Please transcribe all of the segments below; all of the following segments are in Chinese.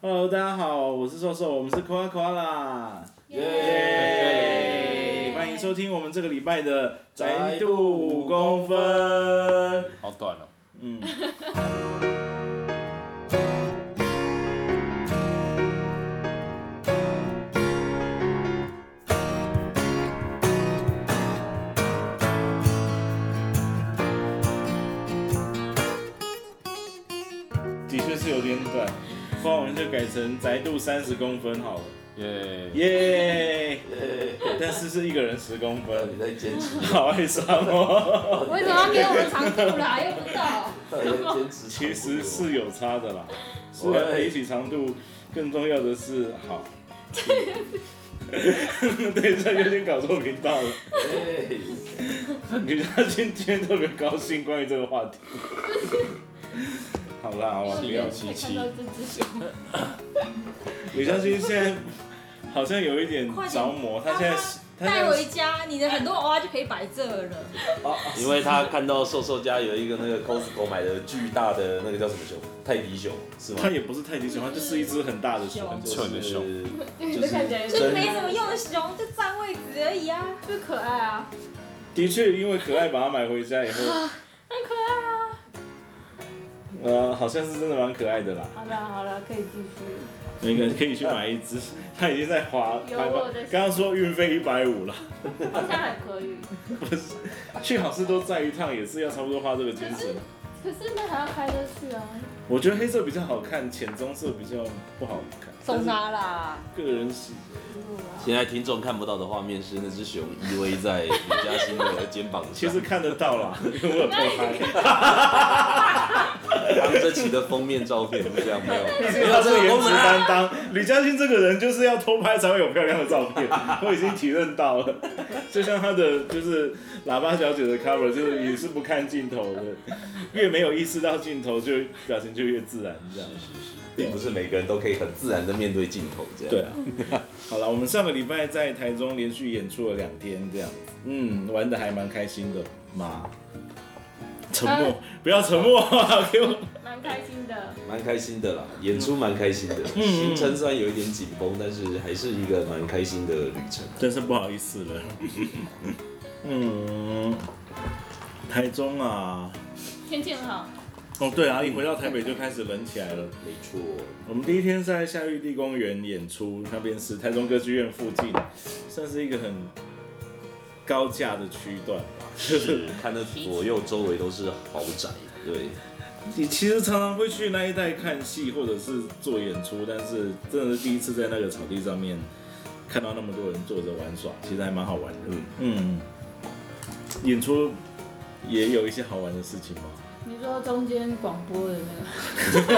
Hello，大家好，我是瘦瘦，我们是 Koala Koala，耶！欢迎收听我们这个礼拜的宅度五公分。好短哦。嗯，的确是有点短，不然我们就改成宅度三十公分好了，耶、耶、呃，但是是一个人十公分你， 在坚持，好爱伤哦。 为什么要捏我的长裤啦？啊又不 到。到底在坚持？其实是有差的啦，虽然比起长度，更重要的是 好。等一下，有点搞错频道了。哎， 女嘉今天特别高兴，关于这个话题。好啦，好啦，不要气才看到这只熊，女嘉欣现在好像有一点着魔，她现在是她 带现在回是家，你的很多娃娃就可以摆这了。因为他看到瘦瘦家有一个那个 Costco 买的巨大的那个叫什么熊，泰迪熊是吗她？也不是太极熊，她就是一只很大的熊。熊蠢的熊就是，就你的感觉是就是真没什么用的熊，就占位置而已啊。就可爱啊，的确，因为可爱把它买回家以后，很可爱啊。呃，好像是真的蛮可爱的啦。好了好了，可以继续。那个可以去买一只，他已经在花有百八我的，刚刚说运费一百五了，好像还可以，去好事多再一趟也是要差不多花这个金钱。可是那还要开车去啊。我觉得黑色比较好看，浅棕色比较不好看。送他啦。但是个人喜，现在听众看不到的画面是那只熊依偎在李嘉欣的肩膀上，其实看得到啦， 因为我有偷拍。当这期的封面照片这样没有，因为他是颜值担当，李嘉欣这个人就是要偷拍才会有漂亮的照片， 我已经体认到了。 就像他的就是喇叭小姐的 cover，就是也是不看镜头的，越没有意识到镜头，就表情就越自然这样。并不是每个人都可以很自然的面对镜头这样。对啊， 好了，我们上个礼拜在台中连续演出了两天，这样，嗯，玩的还蛮开心的嘛。沉默，不要沉默、啊，给我。蛮开心的，蛮开心的啦，嗯演出蛮开心的，行程虽然有一点紧绷，但是还是一个蛮开心的旅程。 真是不好意思了。嗯，台中啊，天气很好，哦对啊，一回到台北就开始冷起来了。没错，我们第一天在夏玉地公园演出，那边是台中歌剧院附近，算是一个很高价的区段吧。 是看得左右周围都是豪宅，对， 你其实常常会去那一带看戏或者是做演出，但是真的是第一次在那个草地上面看到那么多人坐着玩耍，其实还蛮好玩的。嗯嗯，演出也有一些好玩的事情吗？你说中间广播的那个，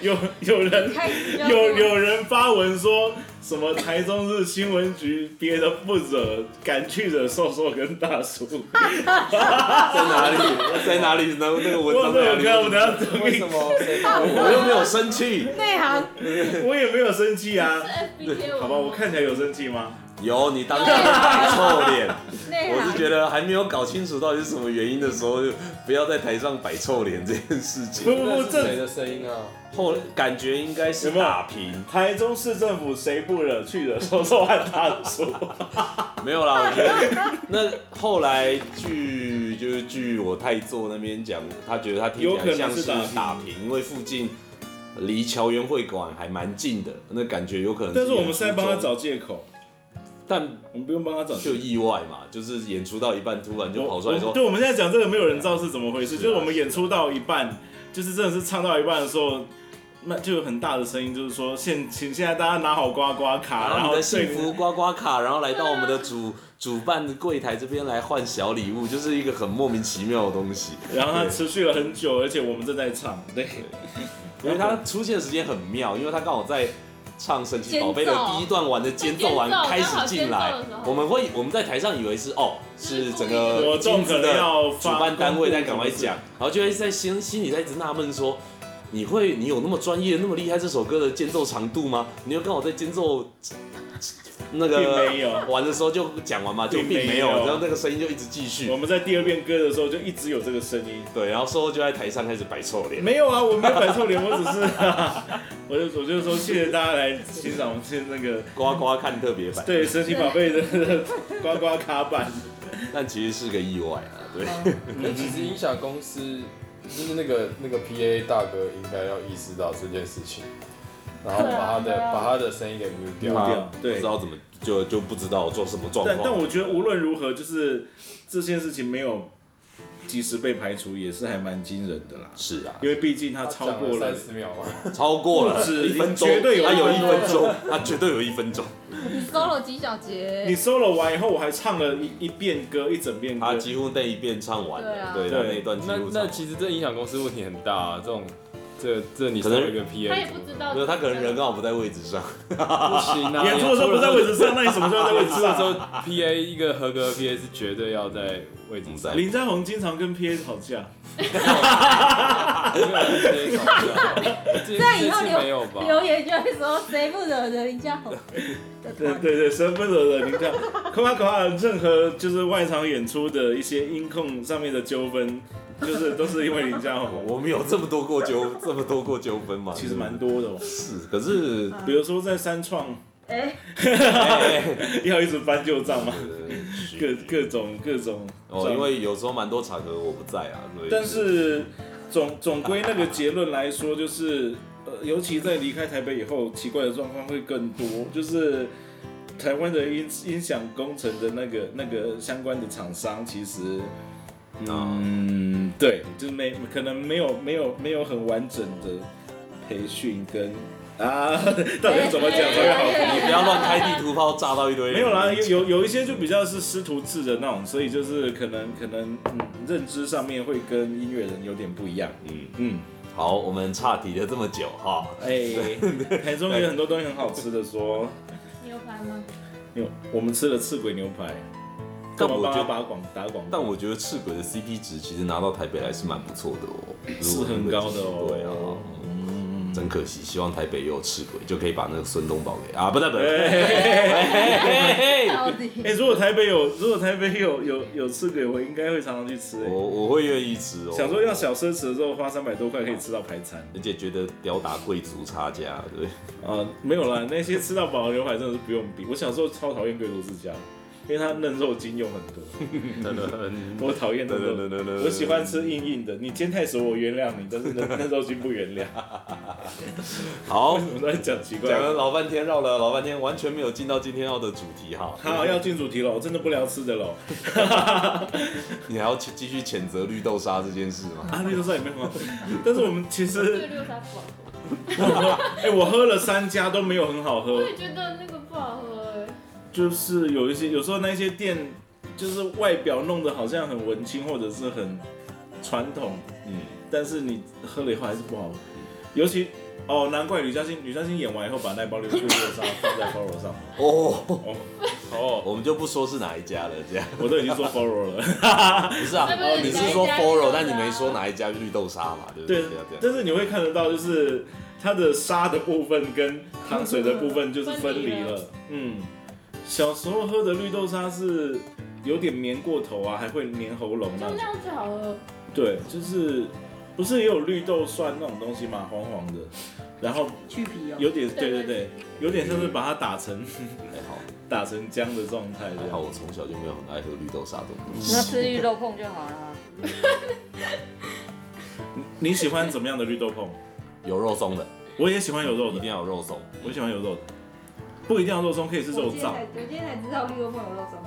有有人开始要有有人发文说什么台中市新闻局憋得不惹，敢去惹瘦瘦跟大叔。在哪里，在哪里呢？那个文我章没在有看，我等哪下里？整为什么？我又没有生气，内行。我也没有生气啊。是 FB 贴文吗好吧，我看起来有生气吗？有你当时太臭 脸，内我是行。觉得还没有搞清楚到底是什么原因的时候，就不要在台上摆臭脸这件事不情。不不，这的声音啊？后感觉应该是有没有打平，台中市政府谁不惹去惹瘦瘦和大叔？没有啦，我觉得那后来据就是据我太座那边讲，他觉得他听有起可能来像是打平打平，因为附近离侨园会馆还蛮近的，那感觉有可能。 但是我们是在帮他，找借口，但我们不用帮他找借就口。意外嘛，就是演出到一半突然就跑出来我我说，对，我们现在讲这个没有人知道是怎么回事，是啊就是我们演出到一半，就是真的是唱到一半的时候。那就有很大的声音，就是说现请现在大家拿好刮刮卡，然然后后啊你的对幸福刮刮卡，然后来到我们的主主办的柜台这边来换小礼物，就是一个很莫名其妙的东西。然后它对持续了很久，而且我们正在唱，对，因 为他出现的时间很妙，因为他刚好在唱《神奇宝贝》的间奏第一段完的间奏完间奏开始进来刚好间奏的时，候我们会我们在台上以为是哦是整活个动呃金可子能的要主发办单位在赶快讲，然后就会在心心里在一直纳闷说。你会你有那么专业那么厉害这首歌的间奏长度吗？你就刚好在间奏那并个没有完的时候就讲完嘛，就并并没没有，有然后那个声音就一直继续我。们在第二遍歌的时候就一直有这个声音。对，然后事后就在台上开始摆臭脸。没有啊，我没有摆臭脸，我只是， 我就我就说谢谢大家来欣赏我们这那个呱呱看特别版，对神奇宝贝的呱呱卡版。 但其实是个意外啊，对，那哎其实音响公司就是那个那个 PA 大哥应该要意识到这件事情，然后对啊把他的对啊把他的声音给 mute 掉。掉对不知道怎么就就不知道做什么状但但况。我觉得无论如何，就是这件事情没有及时被排除，也是还蛮惊人的啦。是啊，因为毕竟它他超过了三，十秒嘛，超过了不止一分钟，绝对有他有一分钟，他绝对有一分钟，你 solo 几小你节？ solo 完以后，我还唱了一一遍歌，一整遍啊他歌。几乎那一遍唱完了，对，对啊他那一段几那乎唱那完。其实这音响公司问题很大、啊，这种这这你可作能为一个 PA，他也不知道。没有，他可能人刚好不在位置上，不行 啊，演出的时候不在位置上，那你什么时候在位演置出 的时候上？ ，PA 一个合格的 PA 是绝对要在 位置上，林占宏经常跟 PA 吵架，没有跟 PA 吵架，这这样以这后次留没有吧？留言就会说谁不惹得人家红的对 团对对，身份惹人 家。可怕可怕，任何就是外场演出的一些音控上面的纠纷，就是都是因为林占宏，我们有这么多过 纠，这么多过纠纷嘛，其实蛮多的哦。是，可是比如说在三创 哎，要一直翻旧账嘛，呃是嗯各各种各种哦，因为有时候蛮多场合我不在啊，所以但是总总归那个结论来说，就是呃，尤其在离开台北以后，奇怪的状况会更多，就是台湾的音音响工程的那个那个相关的厂商，其实。嗯，对，就是没可能没有没有没有很完整的培训跟啊， 到底要怎么讲才会好听？你不要乱开地图炮，炸到一堆没人。有啦，有有有一些就比较是师徒制的那种，所以就是可能可能嗯，认知上面会跟音乐人有点不一样。嗯，嗯，好，我们岔题了这么久哈，哎、 台中有很多东西很好吃的说，牛排吗？有我们吃了赤鬼牛排，但干嘛我帮觉他得打广打广告？但我觉得赤鬼的 CP 值其实拿到台北来是蛮不错的哦，是很高的哦对啊，真可惜，希望台北也有赤鬼，就可以把那个孙东宝给啊，不对不对，嘿嘿嘿到底哎、如果台北有如果台北有有有赤鬼，我应该会常常去吃、哎我我会愿意吃哦。想说要小奢侈的时候花三百多块可以吃到排餐。而且觉得吊打贵族差价，对，啊，没有啦，那些吃到饱的牛排真的是不用比。我小时候超讨厌贵族之家，因为它嫩肉精用很多。 真的很我讨厌的对对对对对我喜欢吃硬硬的。你煎太熟我原谅你，但是那那时候就不原 谅。好，我们在讲奇怪讲了的。老半天，绕了老半天，完全没有进到今天要的主题哈。好，要进主题了，我真的不聊吃的了。你还要继续谴责绿豆沙这件事吗？ 啊，绿豆沙也没有 很好，但是我们其对实，六沙不好喝，哎、我喝了三家都没有很好我喝，也觉得那个不好喝哎。 就是有一些有时候那些店就是外表弄得好像很文青或者是很传统，嗯，但是你喝了以后还是不好喝，尤其。哦，难怪吕嘉欣，吕嘉欣演完以后把那包绿绿豆沙放在包罗上，哦， 哦，哦，我们就不说是哪一家了，这样我都已经说包罗了。不是啊那不是？你哪一家是说绿 Foro，豆但你沙啊没说哪一家绿豆沙嘛，对不对对？啊，对啊。但是你会看得到，就是它的沙的部分跟糖水的部分就是分离分离了。嗯，小时候喝的绿豆沙是有点黏过头啊，还会黏喉咙那就种那。样最好喝，对，就是不是也有绿豆蒜那种东西嘛，黄黄的，然后去皮哦有点对对对对，有点像是把它打成还好，打成浆的状态这还好，样。我从小就没有很爱喝绿豆沙这种东西。那吃鱼肉碰就好了。你喜欢怎么样的绿豆碰？有肉松的，我也喜欢有肉一定的，要有肉松。我喜欢有肉的，不一定要肉松，可以是我肉今天燥。才我今天才知道绿豆碰有肉松。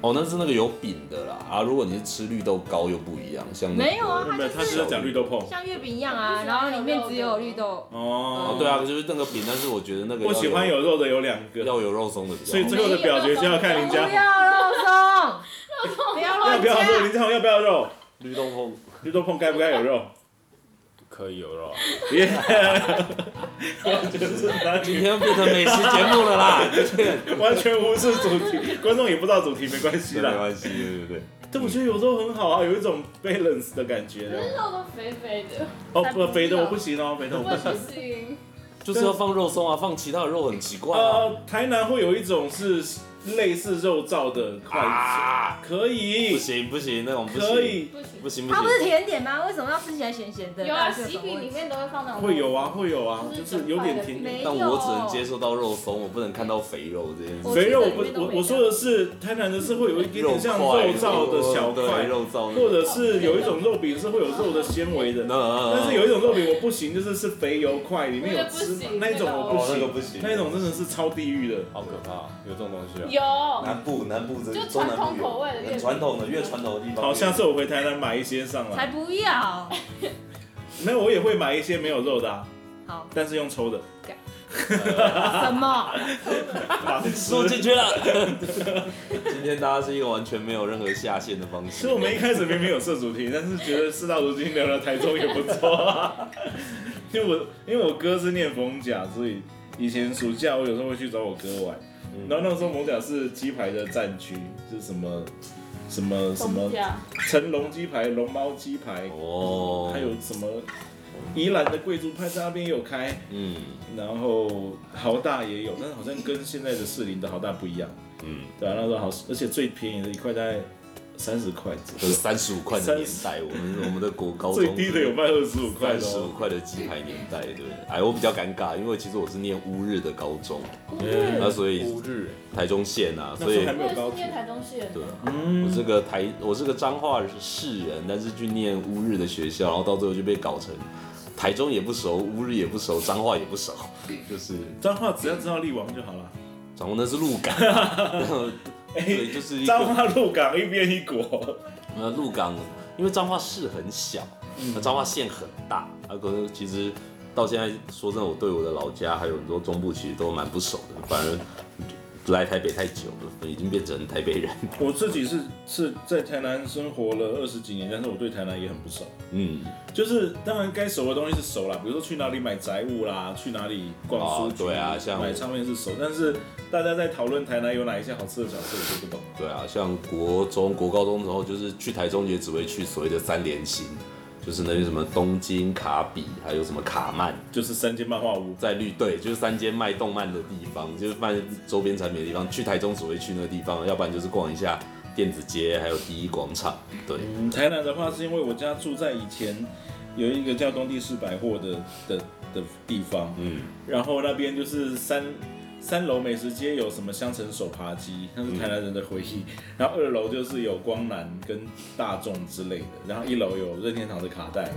哦，那是那个有饼的啦。啊，如果你是吃绿豆糕又不一样，像那个没有啊没有，他哦是在讲绿豆碰。像月饼一样啊，然后里面只有绿豆。哦哦，对啊，就是那个饼，但是我觉得那个我喜欢要有肉的有两有个，要有肉松的比较好，所以最后的表决就要看林不家要宏肉 松，不要要乱不要肉，加。林家宏要不要肉，绿豆碰绿豆碰该不该有肉？可以有了啊， 耶，就是完今全天变成美食节目 了啦，完全无视主题，观众也不知道主题，没关系没啦。关系，对对对。但我觉得有时候很好啊，有一种 balance 的感觉可。是肉都肥肥的，哦才，不不，肥的我要不行哦，肥的我我不行。不行。就是要放肉松啊，放其他的肉很奇怪 啊。呃，台南会有一种是类似肉燥的筷子，啊，可不以，行不行，那种不可行，以，不行不行不它不是行。甜点吗？为什么要吃起来咸咸的？有啊，到底是喜什么饼问里题面都会放那种会有啊，会有啊，就就是是有点甜点。没有但我只能接受到肉松，我不能看到肥肉这件我事。肥肉我觉得里面不，都我没我说的是台南的是会有一点点像肉块燥的小对块，肉燥那或种，者是有一种肉饼是会有肉的纤维嗯的，那但是有一种肉饼我不行，就是是肥油块，里面有芝麻那那一个不行种我不哦，那个行，不行，哦那一种真的是超地狱的。好可怕，有这种东西啊。有，南部南部这就中传南统部口有味的很面传统的，越传统的地方越。好，下次我回台南买一些上来，才不要。没有我也会买一些没有肉的、啊，好，但是用抽的， 什么？好吃说。进去了。今天大家是一个完全没有任何下限的方其式实。我们一开始明明有设主题，但是觉得事到如今聊聊台中也不错、啊。 因为我因为我哥是念逢甲，所以以前暑假我有时候会去找我哥玩。然后那时候逢甲是鸡排的战区，是什么什么什么东家，成龙鸡排、龙猫鸡排，哦，还有什么宜兰的贵族派在那边也有开，嗯然后豪大也有，但是好像跟现在的士林的豪大不一样。嗯，对啊，那时候好，而且最便宜的一块大概三十块左右这是三十五块的年代，我们我们 的国高中最低的有卖二十五块的、三十五哦。块的鸡排年代，对不对？哎，我比较尴尬，因为其实我是念乌日的高中，嗯那所以乌日，台中县啊，那所时候以还没我有也高是铁念，台中县对的，啊。我嗯，是个台，我是个彰化市人，但是去念乌日的学校，然后到最后就被搞成台中也不熟，乌日也不熟，彰化也不熟， 就是脏话只要知道力王就好了。哎彰化那是鹿港，然后对，就是一脏个话入港一边一国，呃鹿港，因为彰化市很小，那彰化县很大，啊，可是其实到现在说真的，我对我的老家还有很多中部其实都蛮不熟的，反而来台北太久了，已经变成台北人。我自己是是在台南生活了二十几年，但是我对台南也很不熟。嗯，就是当然该熟的东西是熟啦，比如说去哪里买宅物啦，去哪里逛哦书局、对啊像买唱片是熟，但是大家在讨论台南有哪一些好吃的小吃，我就不懂。对啊，像国中、国高中之后，就是去台中也只会去所谓的三连星，就是那些什么东京卡比，还有什么卡曼，就是三间漫画屋，在绿队，就是三间卖动漫的地方，就是卖周边产品的地方。去台中只会去那个地方，要不然就是逛一下电子街，还有第一广场。对，嗯，台南的话是因为我家住在以前有一个叫东地市百货的的的地方，嗯，然后那边就是三三楼美食街有什么香橙手扒鸡，那是台南人的回忆。嗯然后二楼就是有光南跟大众之类的，然后一楼有任天堂的卡带，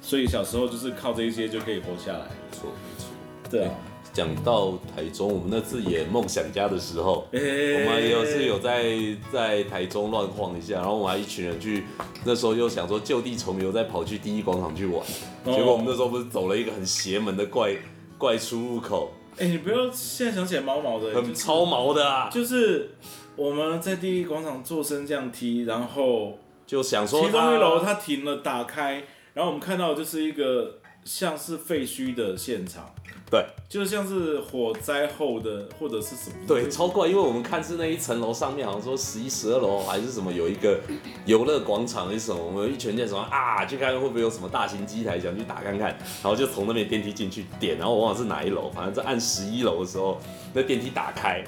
所以小时候就是靠这一些就可以活下来。不错不错。对啊，讲到台中，我们那次演《梦想家》的时候，我们也是有在在台中乱晃一下，然后我们还一群人去，那时候又想说就地重游，再跑去第一广场去玩，哦结果我们那时候不是走了一个很邪门的怪怪出入口，哎、你不要现在想起来毛毛的，很超毛的啊，就是我们在第一广场做升降梯，然后就想说其中一楼它停了，打开，然后我们看到就是一个像是废墟的现场，对就像是火灾后的或者是什么，对超怪，因为我们看是那一层楼上面好像说十一十二楼还是什么有一个游乐广场还是什么，我们一群人想说啊去看会不会有什么大型机台，想去打看看，然后就从那边电梯进去点，然后我忘了是哪一楼，反正在按十一楼的时候，那电梯打开。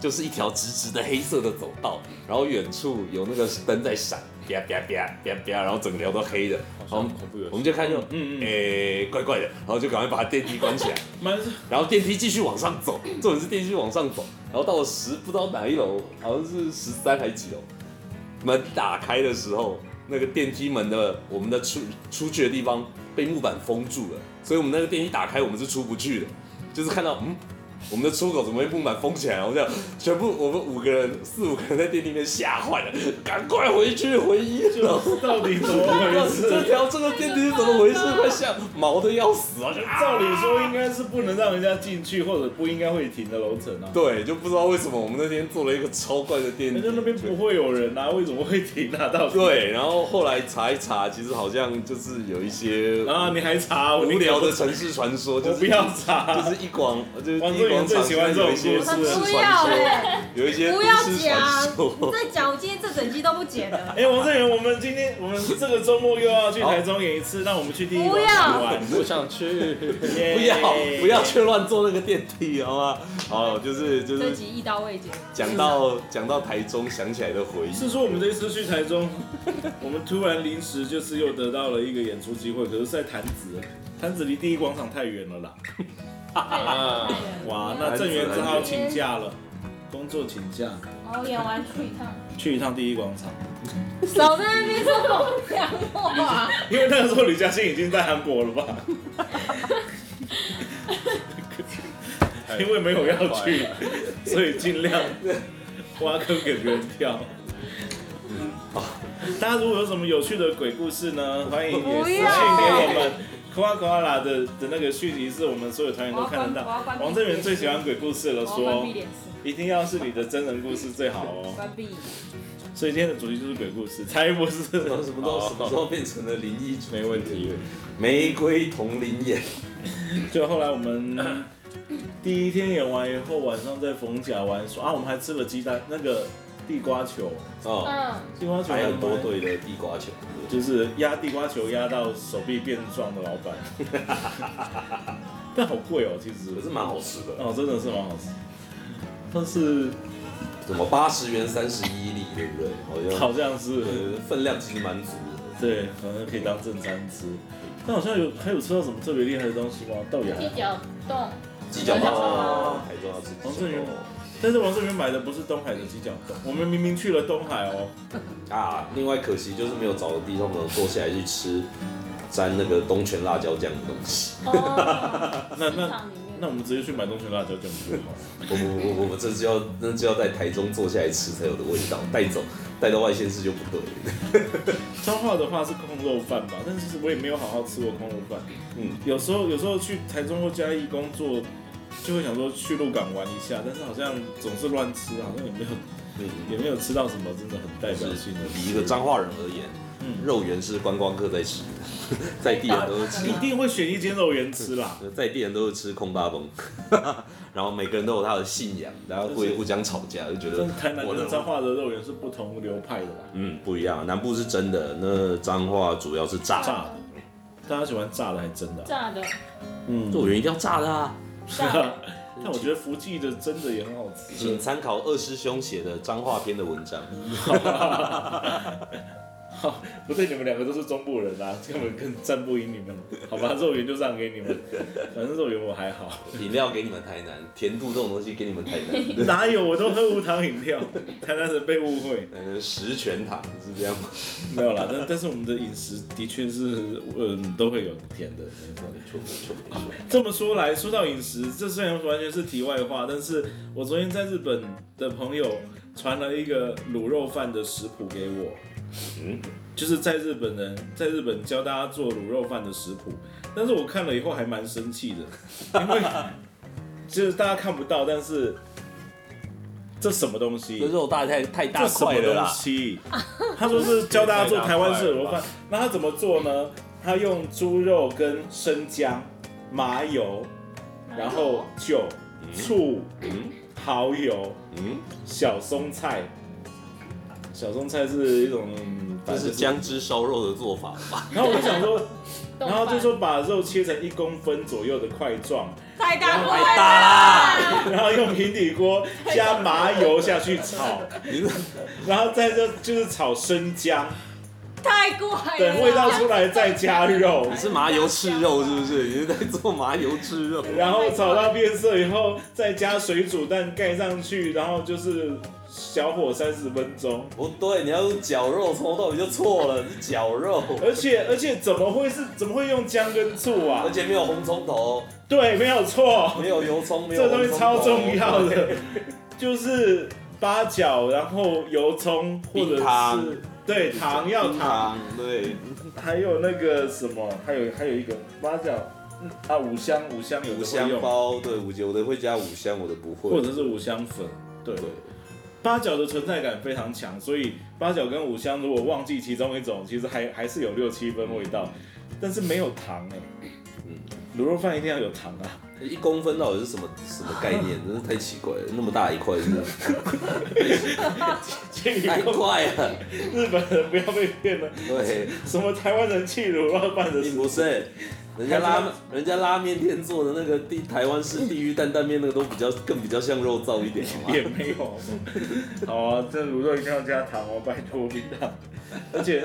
就是一条直直的黑色的走道，然后远处有那个灯在闪，啪啪啪啪啪，然后整条都黑的，然后我们恐怖游戏我们就看就，嗯嗯嗯，诶、怪怪的，然后就赶快把电梯关起来， 蛮是然后电梯继续往上走，重点是电梯继续往上走，然后到了十不知道哪一楼，好像是十三还几楼，门打开的时候，那个电梯门的我们的出出去的地方被木板封住了，所以我们那个电梯打开我们是出不去的，就是看到嗯。我们的出口怎么会木板封起来？然后这样，全部我们五个人，四五个人在电梯里面吓坏了，赶快回去回一楼。到底怎么回 这事？条这个电梯是怎么回事？快吓毛的要死啊！就啊照理说应该是不能让人家进去，或者不应该会停的楼层啊。对，就不知道为什么我们那天做了一个超怪的电人家梯。哎那边不会有人啊，为什么会停啊？到底对，然后后来查一查，其实好像就是有一些啊，你还查？我无聊的城市传说，就我是不要查啊就是一广，就是王第志宇一员最喜欢这种故事广场了。上有一些不是要哎、有一些不都要市传讲，说你。再讲，我今天这整集都不剪了。哎、王振源，我们今天我们这个周末又要去台中演一次，让我们去第一不馆要玩。我想去，不不要不要去乱坐那个电梯，好吗？哦，就是就这是集一刀未剪，讲到讲到台中想起来的回忆，是说我们这次去台中， 我们突然临时就是又得到了一个演出机会，可是是在潭子，潭子离第一广场太远了啦。啊，哇，那郑源只好请假了，工作请假，哦，演完去一趟，去一趟第一广场。少在那边说风凉话。因为那个时候李嘉欣已经在韩国了吧？因为没有要去，所以尽量挖坑给别人跳。大家如果有什么有趣的鬼故事呢，欢迎也不私信给要我们。夸夸啦的的那个续集是我们所有团员都看得我要到关我要。关王正源最喜欢鬼故事了，我要说关闭脸试，一定要是你的真人故事最好哦。关闭。所以今天的主题就是鬼故事，才不是 什么什么时候好什么时候变成了灵异没问题。玫瑰同林眼，就后来我们 第一天演完以后，晚上在逢甲玩耍啊，我们还吃了鸡蛋那个地瓜球， 哦，嗯，地瓜球还有多对，对的地瓜球，就是压地瓜球压到手臂变壮的老板， 但好贵哦，其实可是蛮好吃的，哦，真的是蛮好吃，但是什么八十元三十一粒，对不对？好像好像是呃分量其实蛮足的，对，反正可以当正餐吃。但好像有还有吃到什么特别厉害的东西吗？倒也还踢好。脚洞，鸡脚包哦台中要吃哦王鸡正脚源但是王志源买的不是东海的鸡脚冻，我们明明去了东海哦。包啊。另外可惜就是没有找个地方能坐下来去吃沾那个东泉辣椒酱的东西。哦， 那市那场里面那我们直接去买东泉辣椒酱不就好了？ 不不不不不，这就要那就要在台中坐下来吃才有的味道，带走带到外县市就不对了。 彰化的话是空肉饭吧，但是我也没有好好吃过空肉饭。嗯，有时候有时候去台中或嘉义工作，就会想说去鹿港玩一下，但是好像总是乱吃，好像也没有也嗯，没有吃到什么真的很代表性的。以一个彰化人而言，嗯，肉圆是观光客在吃， 在地人都吃 一，定会选一间肉圆吃啦。在地人都是吃空巴崩， 然后每个人都有他的信仰，然后会互相吵架，就觉得但是台南我跟的彰化的肉圆是不同流派的啦，嗯不一样，南部是真的，那彰化主要是炸炸的，大家喜欢炸的还是真的啊？炸的，嗯，肉圆一定要炸的啊。炸的，但我觉得福记的真的也很好吃请。参考二师兄写的彰化篇的文章，好，不对，你们两个都是中部人啊，根本更站不赢你们。好吧，肉圆就让给你们，反正肉圆我还好。饮料给你们台南，甜度这种东西给你们台 南。哪有？我都喝无糖饮 料，台南人被误会。呃，十全糖是这样吗？没有啦，但但是我们的饮食的确是，嗯，都会有甜的。没错错没错没错。这么说来，说到饮食，这虽然完全是题外话，但是我昨天在日本的朋友传了一个卤肉饭的食谱给我，嗯，就是在日本人在日本教大家做卤肉饭的食谱，但是我看了以后还蛮生气的， 因为就是大家看不到，但是这什么东西？这肉大太太大这什块么了东啦，西？他说是教大家做台湾式卤肉太大块饭了吧，那他怎么做呢？他用猪肉跟生姜、麻油，然后酒、醋、蚝油、嗯，小松菜。小松菜是一种，嗯这是姜。姜汁烧肉的做法 吧？然后我就想说， 冻然后就饭说把肉切成一公分左右的块状， 太大太块大啦！然后用平底锅加麻油下去炒， 你是然后再就就是炒生姜，太怪了啦，等味道出来再加 肉你，是麻油赤肉是不是？你是在做麻油赤肉？然后炒到变色以后再加水煮蛋盖上去，然后就是小火三十分钟。不对，你要用绞肉，从头到尾就错了，是绞肉， 而且而且怎么会是怎么会用姜跟醋啊而？且没有红葱头，对，没有错，没有油葱，没有这东西超重要的。的， 就是八角，然后油葱或者冰糖是对糖要糖， 糖对，还有那个什么，还有还有一个八角嗯啊五香五香有的五会香用包对，五有的会加五香，我的不会。或者是五香粉，对对，八角的存在感非常强，所以八角跟五香如果忘记其中一种，其实还还是有六七分味道，但是没有糖哎、嗯卤肉饭一定要有糖啊！一公分到底是什么什么概 念？真是太奇怪了，那么大一块，真的建议啊太 快了。日本人不要被骗了，对，什么台湾人气卤肉饭的并事，不是，人家拉人家拉面店做的那个地台湾式地狱担担面那个都比较更比较像肉燥一点，好吗？也没有好不好。好啊，这卤肉一定要加糖哦，拜托冰糖，而且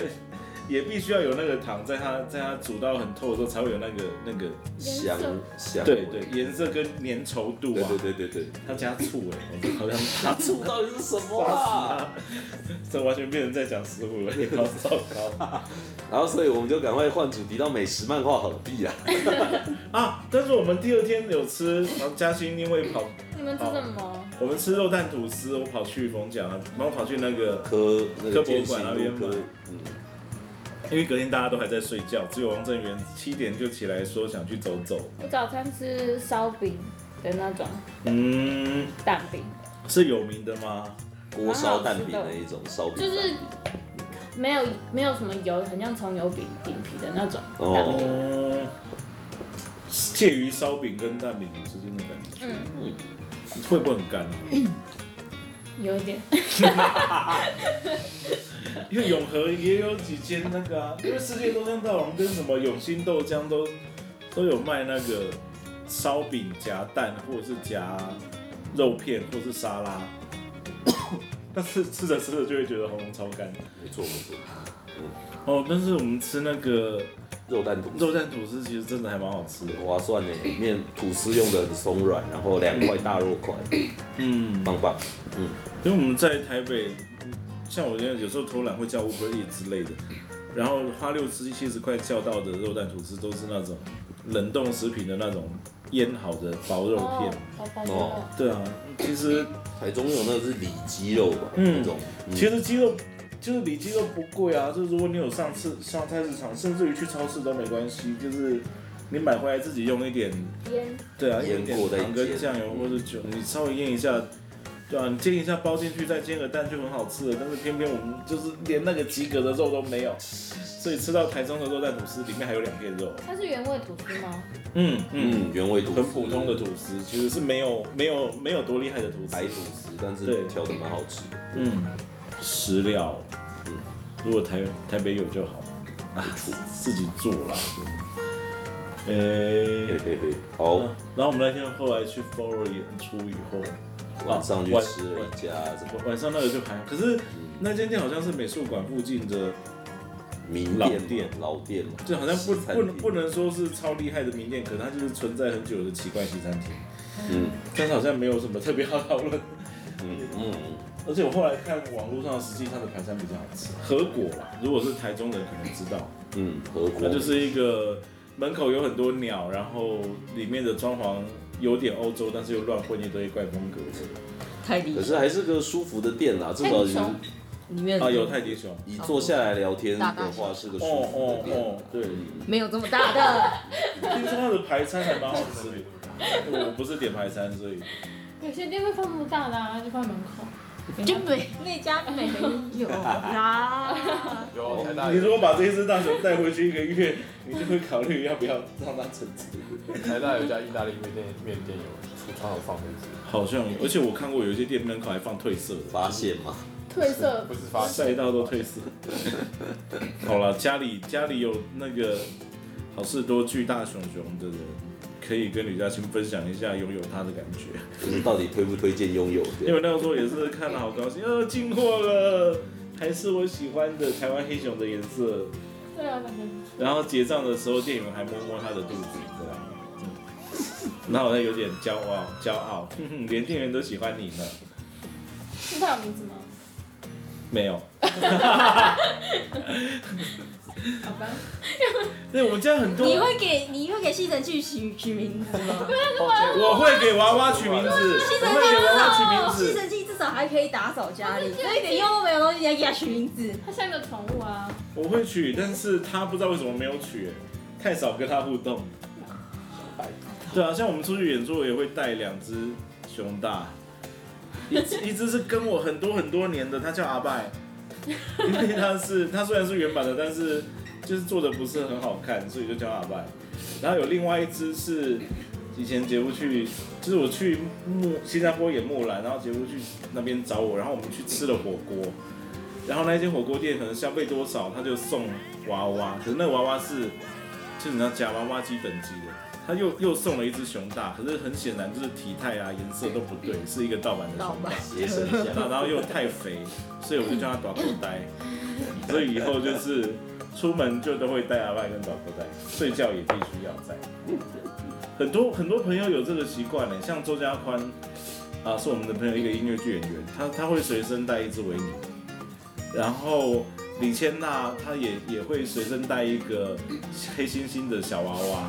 也必须要有那个糖，在它在它煮到很透的时候才会有那个那个，香香对对，颜色跟粘稠度对啊对。对对对，他加醋哎、我好像他醋到底是什么啊？这完全变成在讲食物了，好糟糕 然后所以我们就赶快换主题到美食漫画好了，必啊，啊！但是我们第二天有吃，然后嘉欣因为跑，你们吃什么？我们吃肉蛋吐司，我跑去逢甲，然后跑去那个，科那科个博建馆那行边路科吗，嗯，因为隔天大家都还在睡觉，只有王正元七点就起来说想去走走。我早餐吃烧饼的那种嗯，蛋饼，是有名的吗？锅烧蛋饼的一种烧饼蛋饼，就是没有没有什么油，很像葱油饼饼皮的那种蛋饼。哦，嗯，介于烧饼跟蛋饼之间的感觉，嗯，会不会很干啊？有一点。因为永和也有几间那个啊，因为世界豆浆大王跟什么永兴豆浆都都有卖那个烧饼夹蛋，或者是夹肉片，或是沙拉。 但是吃着吃着就会觉得喉咙超干。没错没错，哦，但是我们吃那个肉蛋吐司肉蛋吐司，其实真的还蛮好吃的。很划算呢，里面吐司用的很松软，然后两块大肉块，嗯，棒棒。因为我们在台北，像我现在有时候偷懒会叫 Uber E 之类的，然后花六十七十块叫到的肉蛋吐司都是那种冷冻食品的那种腌好的薄肉片。好烦哦。对啊，其实台中有那个是里脊肉吧，嗯那种，嗯其实鸡肉就是里脊肉不贵啊，就是如果你有上次上菜市场，甚至于去超市都没关系，就是你买回来自己用一点，腌对啊，用腌一点嗯过再糖跟煎酱油或者酒，你稍微腌一下。对啊，你煎一下包进去，再煎个蛋就很好吃了。但是偏偏我们就是连那个及格的肉都没有，所以吃到台中的肉蛋吐司里面还有两片肉。它是原味吐司吗？嗯嗯，嗯，原味吐司很普通的吐司，其实是没有没有没有多厉害的吐司。白吐司，但对是调的蛮好吃的，嗯，食料，嗯如果台台北有就好，啊，自自己做啦。呃、嘿嘿嘿。好，嗯然后我们那天后来去 f o r 演出以后，晚上去啊晚吃了一家什么晚晚上那个就还好，可是那间店好像是美术馆附近的，名老店嘛店老店嘛，就好像不西餐不能厅不能说是超厉害的名店，可能它就是存在很久的奇怪西餐厅，嗯但是好像没有什么特别好讨论。嗯嗯嗯，而且我后来看网络上，实际它的排山比较好吃，和果啦，如果是台中人可能知道。嗯，和国它就是一个门口有很多鸟，然后里面的装潢有点欧洲，但是又乱混一堆怪风格的泰迪可是还是个舒服的店啊啦，至泰少迪你熊里面啊，有泰迪熊。你坐下来聊天的话是个哦舒服的哦店。哦，对，没有这么大的，听说它的排餐还蛮好吃的。我不是点排餐，所以有些店会放不大的、啊，就放门口。 就没那家没有啦。 有台大你如有果把这一只大熊带回去一个月，你就会考虑要不要让它成长。台大有一家意大利面店，面店有橱窗有放那只，好像有，而且我看过有一些店门口还放褪色的，发现嘛，褪色不是发晒到都褪色。好了，家里家里有那个好事多巨大熊熊的人，可以跟吕嘉欣分享一下拥有它的感觉。就是到底推不推荐拥有的？因为那个时候也是看了好高兴，呃，进货了，还是我喜欢的台湾黑熊的颜色。对啊，感觉然后结账的时候，店员还摸摸他的肚子，这样。嗯然后我有点骄傲，骄傲， 哼哼，连店员都喜欢你呢。是它有名字吗？没有，好吧，对我们家很多，你会给你会给西城去取取名字吗？我会给娃娃取名字，西我城会记给娃娃取西名字。城记至少还可以打扫家里，对所以你又没有东西要给它取名字。它像一个宠物啊。我会取，但是他不知道为什么没有取，欸太少跟他互动。对啊，像我们出去演出，我也会带两只熊大，一只一只是跟我很多很多年的，它叫阿拜，因为它是它虽然是原版的，但是就是做的不是很好看，所以就叫阿拜。然后有另外一只是以前杰夫去，就是我去木新加坡演木兰，然后杰夫去那边找我，然后我们去吃了火锅，然后那间火锅店可能消费多少，他就送娃娃，可是那个娃娃是就是你知道夹娃娃机等级的。他又又送了一只熊大，可是很显然就是体态啊、颜色都不对，是一个盗版的熊大。节省一下。然后然后又太肥，所以我就叫他短裤呆。所以以后就是出门就都会带阿麦跟短裤呆，睡觉也必须要带。很多很多朋友有这个习惯呢，像周家宽啊，是我们的朋友，一个音乐剧演员，他他会随身带一只维尼，然后李千娜她也也会随身带一个黑猩猩的小娃娃。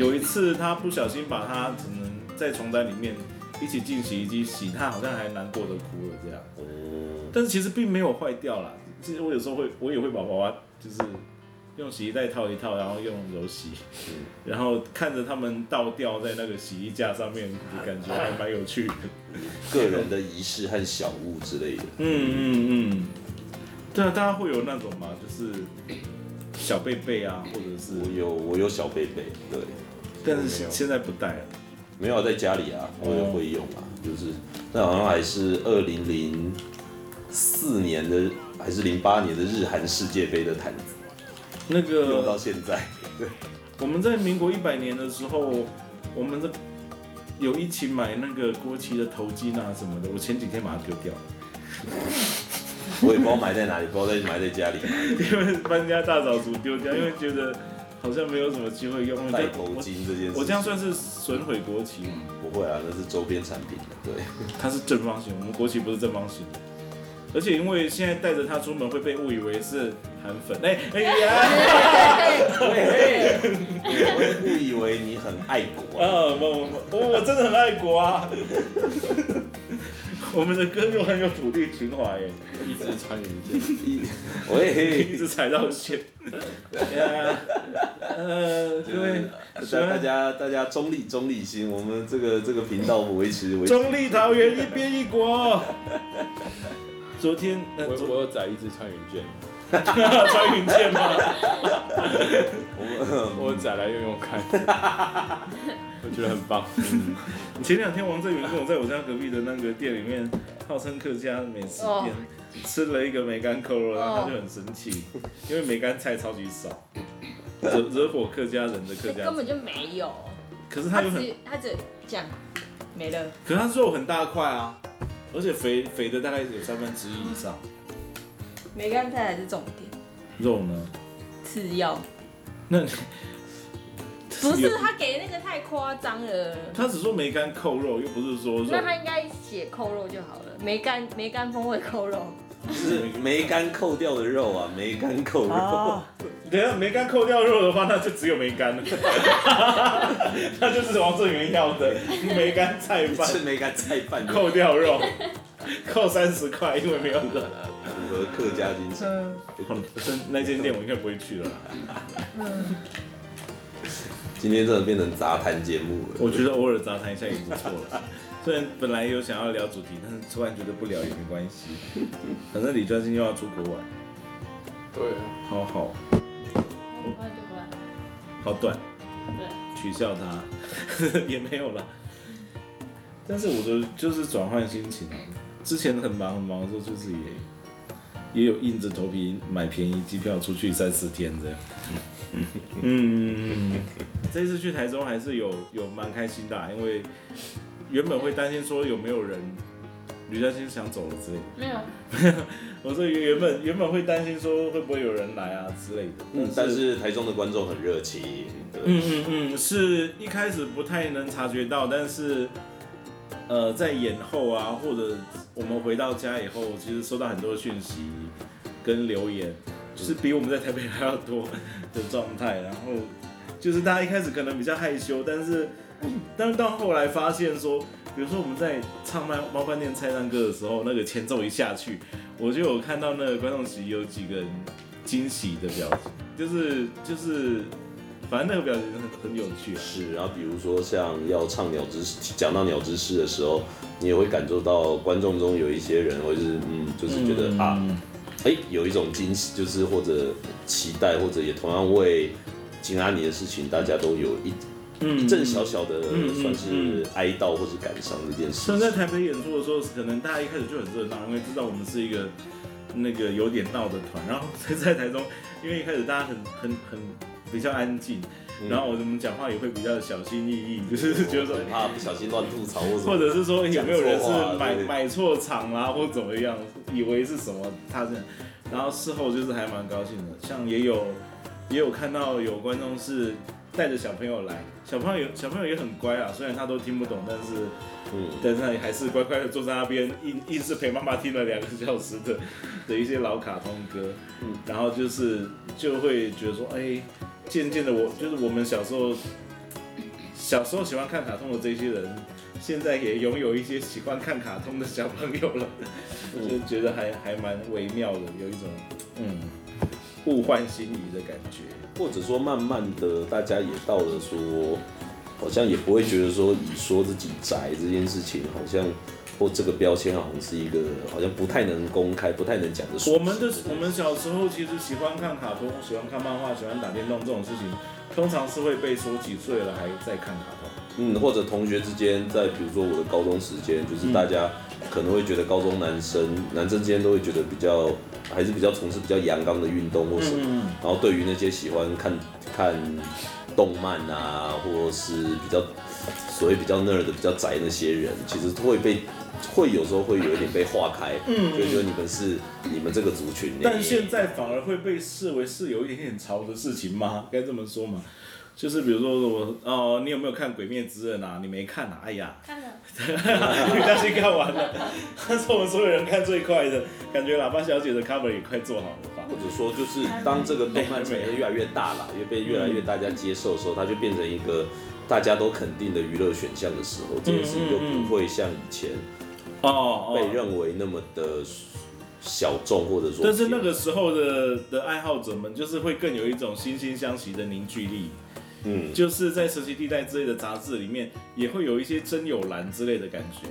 有一次她不小心把它可能在床单里面一起进洗衣机洗，她好像还难过的哭了这样。嗯但是其实并没有坏掉啦。其实我有时候会，我也会把娃娃就是用洗衣袋套一套，然后用柔洗，然后看着他们倒掉在那个洗衣架上面，感觉还蛮有趣的。个人的仪式和小物之类的，嗯嗯嗯，对啊，大家会有那种嘛，就是小贝贝啊，或者是，我有我有小贝贝，对，但是现在不戴了。没有在家里啊，我也会用啊，就是那好像还是二零零四年的还是零八年的日韩世界杯的毯子，那用个到现在，我们在民国一百年的时候，我们的有一起买那个国旗的头巾啊什么的，我前几天把它丢掉 了。我也不知道埋在哪里，不知道在埋在家里，因为搬家大扫除丢掉，因为觉得好像没有什么机会用。嗯戴头巾这件事情，嗯我，我这样算是损毁国旗吗？不会啊，那是周边产品的， 对，它是正方形，我们国旗不是正方形的。而且因为现在带着它出门会被误以为是韩粉，哎、哎 呀，我误以为你很爱国、啊，啊，我我我真的很爱国啊！ 我们的歌又很有土地情怀耶，一直参与者， 一喂，直踩到线。哎呀，呃，各位，大大家大家中立中立心，我们这个这个频道维持维持中立桃园一边一国。昨天，呃、我昨我有载一只穿云箭， 穿云箭吗？我载来用用看，我觉得很棒。前两天王振宇跟我在我家隔壁的那个店里面，号称客家美食哦店，吃了一个梅干扣肉，然后他就很生气，哦因为梅干菜超级少，惹惹火客家人的客家哎根人。本就没有，可是他他又很，只他只讲没了，可是他肉很大块啊，而且肥肥的大概有三分之一以上。没干菜才是重点，肉呢？次要。 那你不有是他给那个太夸张了，他只说梅干扣肉，又不是说肉那。他应该写扣肉就好了，梅干梅干风味扣肉。是梅干扣掉的肉啊，梅干扣肉，等一下梅干扣掉肉的话，那就只有梅干了， 那就是王振宇要的梅干菜饭。是梅干菜饭，符扣掉肉，扣三十块，因为没有了。合客家精神。那间店我应该不会去了啦。今天真的变成杂谈节目了，我觉得偶尔杂谈一下也不错了。 虽然本来有想要聊主题，但是突然觉得不聊也没关系。反正李专心又要出国玩，对啊，好好很快就回来了。好短，对，取笑他 也没有啦。但是我的就是转换心情啊，之前很忙很忙的时候，就是也也有硬着头皮买便宜机票出去三四天这样。嗯， 这次去台中还是有有蛮开心的啊、因为原本会担心说有没有人吕嘉欣想走了之类的，没有，我说原本原本会担心说会不会有人来啊之类的，嗯，但是台中的观众很热情，对，嗯嗯嗯，是一开始不太能察觉到，但是，呃，在演后啊，或者我们回到家以后，其实收到很多讯息跟留言，就是比我们在台北还要多的状态。然后就是大家一开始可能比较害羞，但是但是到后来发现说，比如说我们在唱猫猫饭店菜单歌的时候，那个前奏一下去，我就有看到那个观众席有几个人惊喜的表情，就是就是。反正那个表情很很有趣啊。是，然后比如说像要唱鸟知识，讲到鸟知识的时候，你也会感受到观众中有一些人，或者是嗯，就是觉得、啊，哎，有一种惊喜，就是或者期待，或者也同样为金阿尼的事情，大家都有一嗯一阵小小的嗯嗯算是哀悼或是感伤这件事像情在。台北演出的时候，可能大家一开始就很热闹，因为知道我们是一个那个有点闹的团。然后在在台中，因为一开始大家很很很比较安静，嗯然后我们讲话也会比较小心翼翼，就是觉得说，怕不小心乱吐槽或什或么，者是说有没有人是买讲错话对买错场啦、或怎么样，以为是什么他这样，然后事后就是还蛮高兴的。像也有也有看到有观众是带着小朋友来，小朋友小朋友也很乖啊，虽然他都听不懂，但是。嗯，但是还是乖乖的坐在那边，硬硬是陪妈妈听了两个小时的的一些老卡通歌，嗯然后就是就会觉得说，哎、渐渐的我就是我们小时候小时候喜欢看卡通的这些人，现在也拥有一些喜欢看卡通的小朋友了，就觉得还还蛮微妙的，有一种嗯物换星移的感觉。或者说慢慢的大家也到了说，好像也不会觉得说以说自己宅这件事情，好像或这个标签好像是一个好像不太能公开、不太能讲的事情。我们的我们小时候其实喜欢看卡通，喜欢看漫画，喜欢打电动这种事情，通常是会被说几岁了还在看卡通。嗯，或者同学之间，在比如说我的高中时间，就是大家可能会觉得高中男生男生之间都会觉得比较还是比较从事比较阳刚的运动或什么，嗯，然后对于那些喜欢看看动漫啊，或是比较所谓比较 nerd 的、比较宅那些人，其实会被会有时候会有一点被化开，嗯，就觉得你们是你们这个族群内，但现在反而会被视为是有一点点潮的事情吗？该这么说吗？就是比如说我哦，你有没有看《鬼灭之刃》啊？你没看啊？哎呀， 看了，李嘉欣看完了，他是我们所有人看最快的，感觉喇叭小姐的 cover 也快做好了吧？或者说就是当这个动漫产业越来越大啦，越被越来越大家接受的时候，它就变成一个大家都肯定的娱乐选项的时候，这件事嗯情就不会像以前哦被认为那么的小众，或者说但是那个时候的的爱好者们，就是会更有一种惺惺相惜的凝聚力。嗯，就是在《神奇地带》之类的杂志里面，也会有一些真有蓝之类的感觉。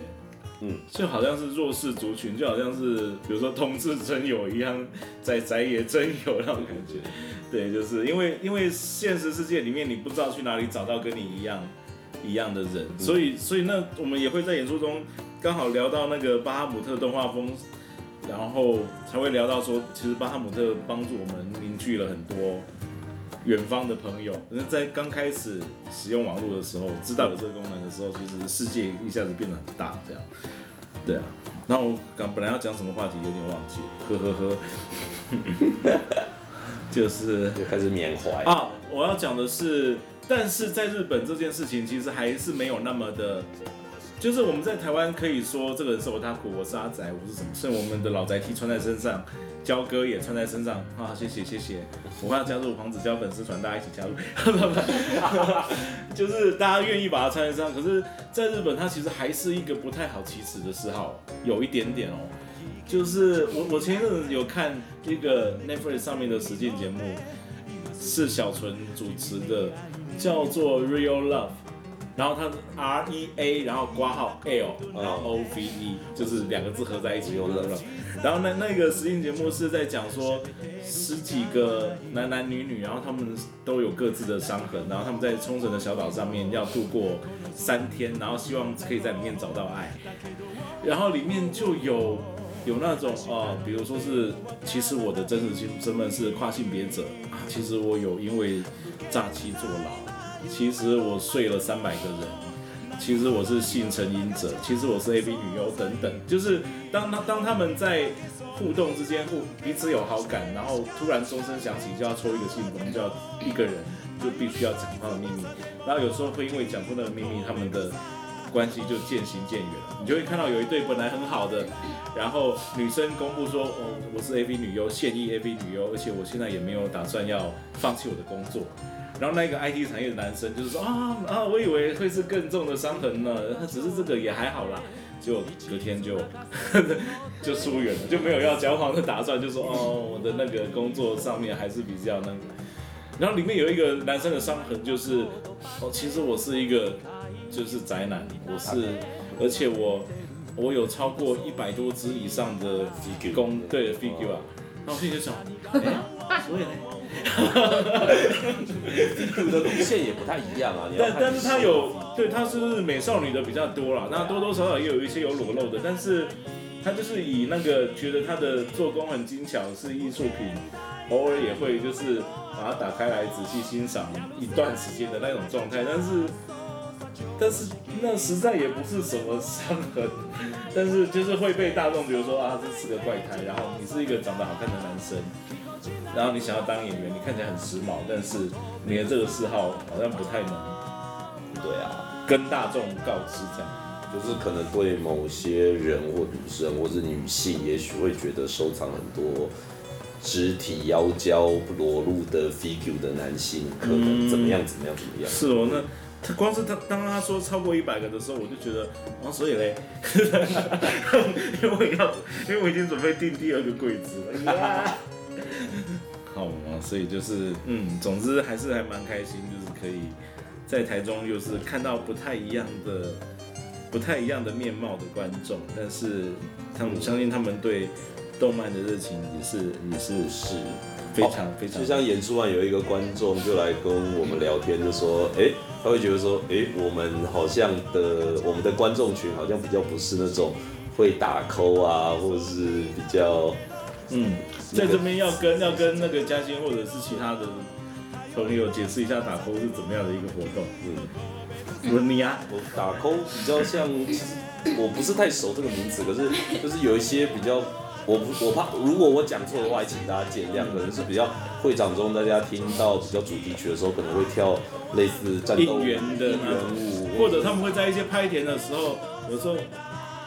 嗯，就好像是弱势族群，就好像是比如说同志真有一样，在宅也真有那种感觉。嗯对，就是因为因为现实世界里面你不知道去哪里找到跟你一样一样的人，嗯所以所以那我们也会在演出中刚好聊到那个巴哈姆特动画风，然后才会聊到说，其实巴哈姆特帮助我们凝聚了很多远方的朋友。那在刚开始使用网络的时候，知道有这个功能的时候，其实世界一下子变得很大，这样。对啊，然后我刚本来要讲什么话题有点忘记，呵呵呵， 就是就开始缅怀。啊，我要讲的是，但是在日本这件事情其实还是没有那么的，就是我们在台湾可以说这个人是我他苦，我是阿宅，我是什么，是我们的老宅 T 穿在身上，焦哥也穿在身上啊，谢谢谢谢，我要加入黄子佼粉丝团，大家一起加入， 就是大家愿意把它穿在身上，可是在日本它其实还是一个不太好启齿的嗜好，有一点点哦。就是我，我前一阵子有看一个 Netflix 上面的实境节目，是小纯主持的，叫做 Real Love，然后它是 R E A，然后挂号 L，然后 O V E，就是两个字合在一起 Real Love。然后那那个实境节目是在讲说十几个男男女女，然后他们都有各自的伤痕，然后他们在冲绳的小岛上面要度过三天，然后希望可以在里面找到爱。然后里面就有有那种呃，比如说是，其实我的真实身份是跨性别者，啊其实我有因为诈欺坐牢，其实我睡了三百个人，其实我是性成瘾者，其实我是 A B 女优等等，就是当他当他们在。互动之间互彼此有好感，然后突然钟声响起，就要抽一个信封，就要一个人就必须要讲他的秘密，然后有时候会因为讲出那个秘密，他们的关系就渐行渐远了。你就会看到有一对本来很好的，然后女生公布说：“哦，我是 AV 女优，现役 AV 女优，而且我现在也没有打算要放弃我的工作。”然后那个 IT 产业的男生就是说：“啊啊，我以为会是更重的伤痕呢，只是这个也还好啦。”结果隔天就 就疏远了，就没有要交往的打算，就说：“哦，我的那个工作上面还是比较那个。”然后里面有一个男生的伤痕就是，哦，其实我是一个就是宅男，我是，而且我我有超过一百多只以上的 Figure 公对 figure 啊，然后我心里就想，哎，所以呢，路的路线也不太一样啊。你要但看但是它你有对它是不是美少女的比较多啦，那多多少少也有一些有裸露的，但是它就是以那个觉得它的做工很精巧是艺术品，偶尔也会就是把它打开来仔细欣赏一段时间的那种状态，但是但是那实在也不是什么伤痕，但是就是会被大众比如说啊这是个怪胎，然后你是一个长得好看的男生。然后你想要当演员，你看起来很时髦，但是你的这个嗜好好像不太能对啊。跟大众告知这样。就是可能对某些人或女生或是女性，也许会觉得收藏很多肢体妖娇裸露的 figure 的男性，可能怎么样怎么样怎么样。是哦，那他光是他当他说超过一百个的时候，我就觉得，哦，所以嘞， 因为我要，因为我已经准备订第二个柜子了。好嘛，所以就是，嗯，总之还是还蛮开心，就是可以在台中，就是看到不太一样的、不太一样的面貌的观众，但是他们相信他们对动漫的热情也是也是是，非常、非常就像演出完有一个观众就来跟我们聊天，就说，哎、他会觉得说，哎、我们好像的我们的观众群好像比较不是那种会打 call 啊，或者是比较嗯，在这边要跟要跟那个嘉欣或者是其他的朋友解释一下打工是怎么样的一个活动。嗯。我说你啊，我打 call 比较像，其实我不是太熟这个名词，可是就是有一些比较，我不我怕如果我讲错的话，也请大家见谅。可能是比较会场中大家听到比较主题曲的时候，可能会跳类似战斗应援的应那种援舞，或者他们会在一些拍田的时候，有时候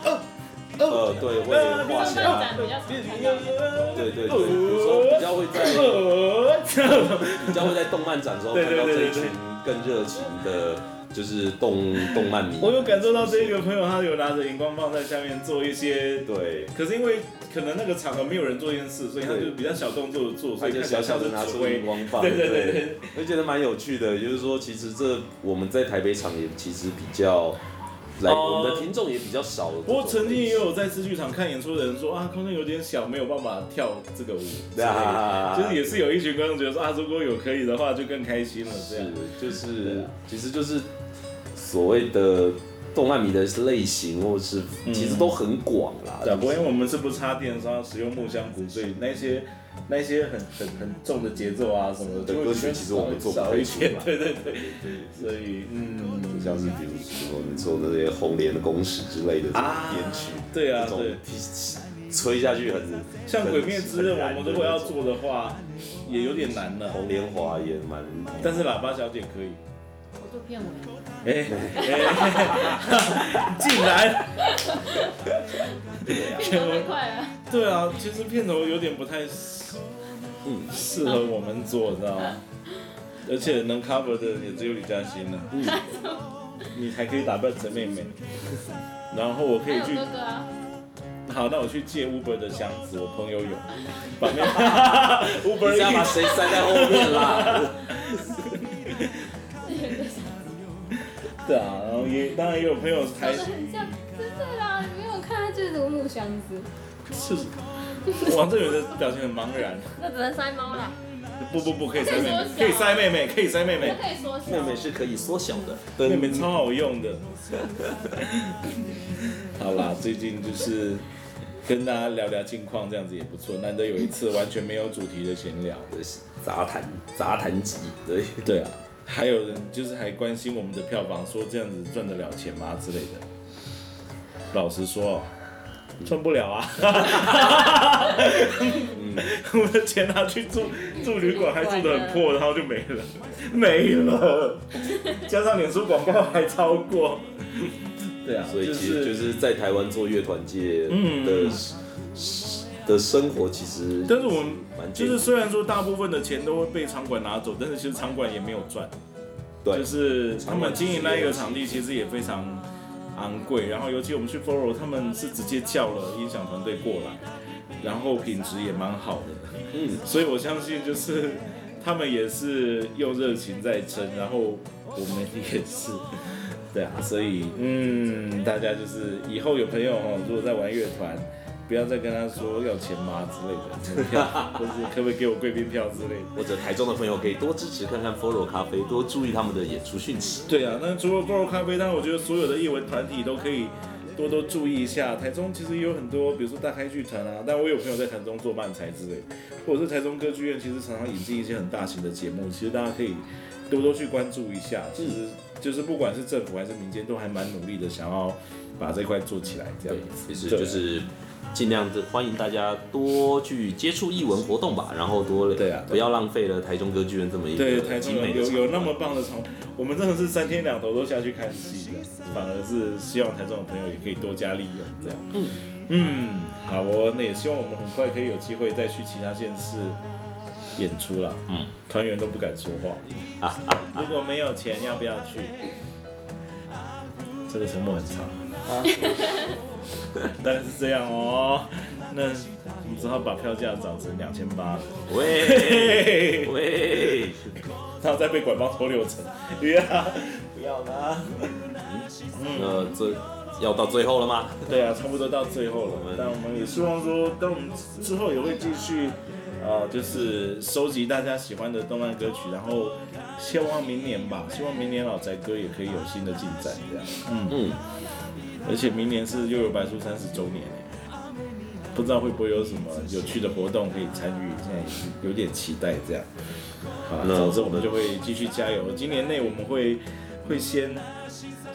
呃对，会画这种虾，展比较常看到。对对对，有时候比较会在呃，比较会在动漫展的时候看到这一群更热情的，就是动动漫迷。我有感受到这一个朋友，他有拿着荧光棒在下面做一些。对。可是因为可能那个场合没有人做这件事，所以他就比较小动作的做，所他以就看起小来小像是的拿指出挥荧光棒，对对对对，我觉得蛮有趣的。也就是说，其实这我们在台北场也其实比较，来、哦我们的听众也比较少。不过曾经也 有在市剧场看演出的人说啊，空间有点小，没有办法跳这个舞之类的，啊， 就是也是有一群观众觉得说啊，如果有可以的话，就更开心了这样。啊是就是其实就是所谓的动漫迷的类型，或是其实都很广啦。对啊，不过因为我们是不插电，然后使用木箱鼓，所以那些那些很很很重的节奏啊什么的，的就会歌曲比较其实我们做不少太一出点 来，对对对，所以嗯，像是比如说你说的那些红莲的公使之类的这种编曲，对啊这种对，吹下去很像《鬼灭之刃》，我们如果要。很做的话，也有点难了，红莲华也蛮，但是喇叭小姐可以。我都骗我，哎、 哎 竟然骗得太快了。对啊，其实片头有点不太适嗯适合我们做，你知道吗？而且能 cover 的也只有李嘉欣了、啊你还可以打扮成妹妹，然后我可还以有去哥哥啊，好，那我去借 Uber 的箱子，我朋友有，把妹你 Uber 是要把 Eats 谁塞在后 面啦？对啊，然后也当然也有朋友长还得很像，真的啦！你没有看，他就是独木箱子，是王正源的表情很茫然，那只能塞猫啦。不不不，可以塞妹妹，可可以以说塞妹妹，可以塞妹妹我，可以缩小妹。妹是可以缩小的，妹妹超好用的。好啦，最近就是跟大家聊聊近况，这样子也不错，难得有一次完全没有主题的闲聊。杂谈杂谈集，对，对啊，还有人就是还关心我们的票房，说这样子赚得了钱吗之类的。老实说、哦，赚不了 啊。我们的钱拿去住住旅馆，还住得很破，然后就没了，没了。加上脸书广告还超过。对啊，所以其实就。就是是在台湾做乐团界的的生活，其实但是我们蛮就艰是苦虽然说大部分的钱都会被场馆拿走，但是其实场馆也没有赚。对就，是他们经营那一个场地其实也非常昂贵，然后尤其我们去 Foro，他们是直接叫了音响团队过来，然后品质也蛮好的，嗯， 所以我相信就是他们也是用热情在撑，然后我们也是。对啊，所以嗯，大家就是以后有朋友哦，如果在玩乐团，不不要再跟他说要钱吗之类的 门票，或是可不可以给我贵宾票之类的。或者台中的朋友可以多支持看看 Follow 咖啡，多注意他们的演出讯息。对啊，那除了 g o 咖啡，但我觉得所有的艺文团体都可以多多注意一下。台中其实也有很多，比如说大开剧团啊，但我有朋友在台中做漫才之类，或者是台中歌剧院，其实常常引进一些很大型的节目，其实大家可以多多去关注一下。其实就是不管是政府还是民间，都还蛮努力的，想要把这块做起来这对样其子。，实对就是尽量的欢迎大家多去接触艺文活动吧，然后多对啊对不要浪费了台中歌剧院这么一对，个台中精有美的有场有那馆么棒的场，我们真的是三天两头都下去看戏的，反而是希望台中的朋友也可以多加利用这样。嗯嗯，好哦，那也希望我们很快可以有机会再去其他县市演出啦。嗯，团员都不敢说话。如果没有钱，要不要去？这个沉默很长。 大概是这样哦，那我们只好把票价涨成两千八。喂嘿喂，然后再被管方拖六 成，不要不要啦。那这呃要到最后了吗？对啊，差不多到最后了们，但我们也希望说，但我们之后也会继续，呃，就是收集大家喜欢的动漫歌曲，然后希望明年吧，希望明年老宅歌也可以有新的进展，这样。嗯嗯，而且明年是悠悠白书三十周年欸不知道会不会有什么有趣的活动可以参与，现在也是有点期待这样。好啦，那总之我们就会继续加油。今年内我们会会先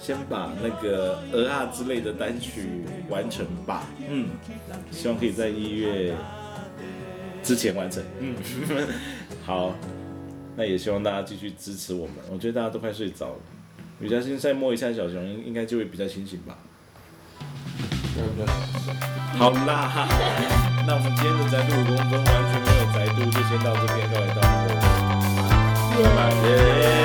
先把那个鹅啊之类的单曲完成吧，嗯，希望可以在一月之前完成。嗯， 好，那也希望大家继续支持我们。我觉得大家都快睡着了，雨佳欣再摸一下小熊，应应该就会比较清醒吧。好啦， 那我们今天的宅度五公分完全没有宅度，就先到这边告一段落，拜拜。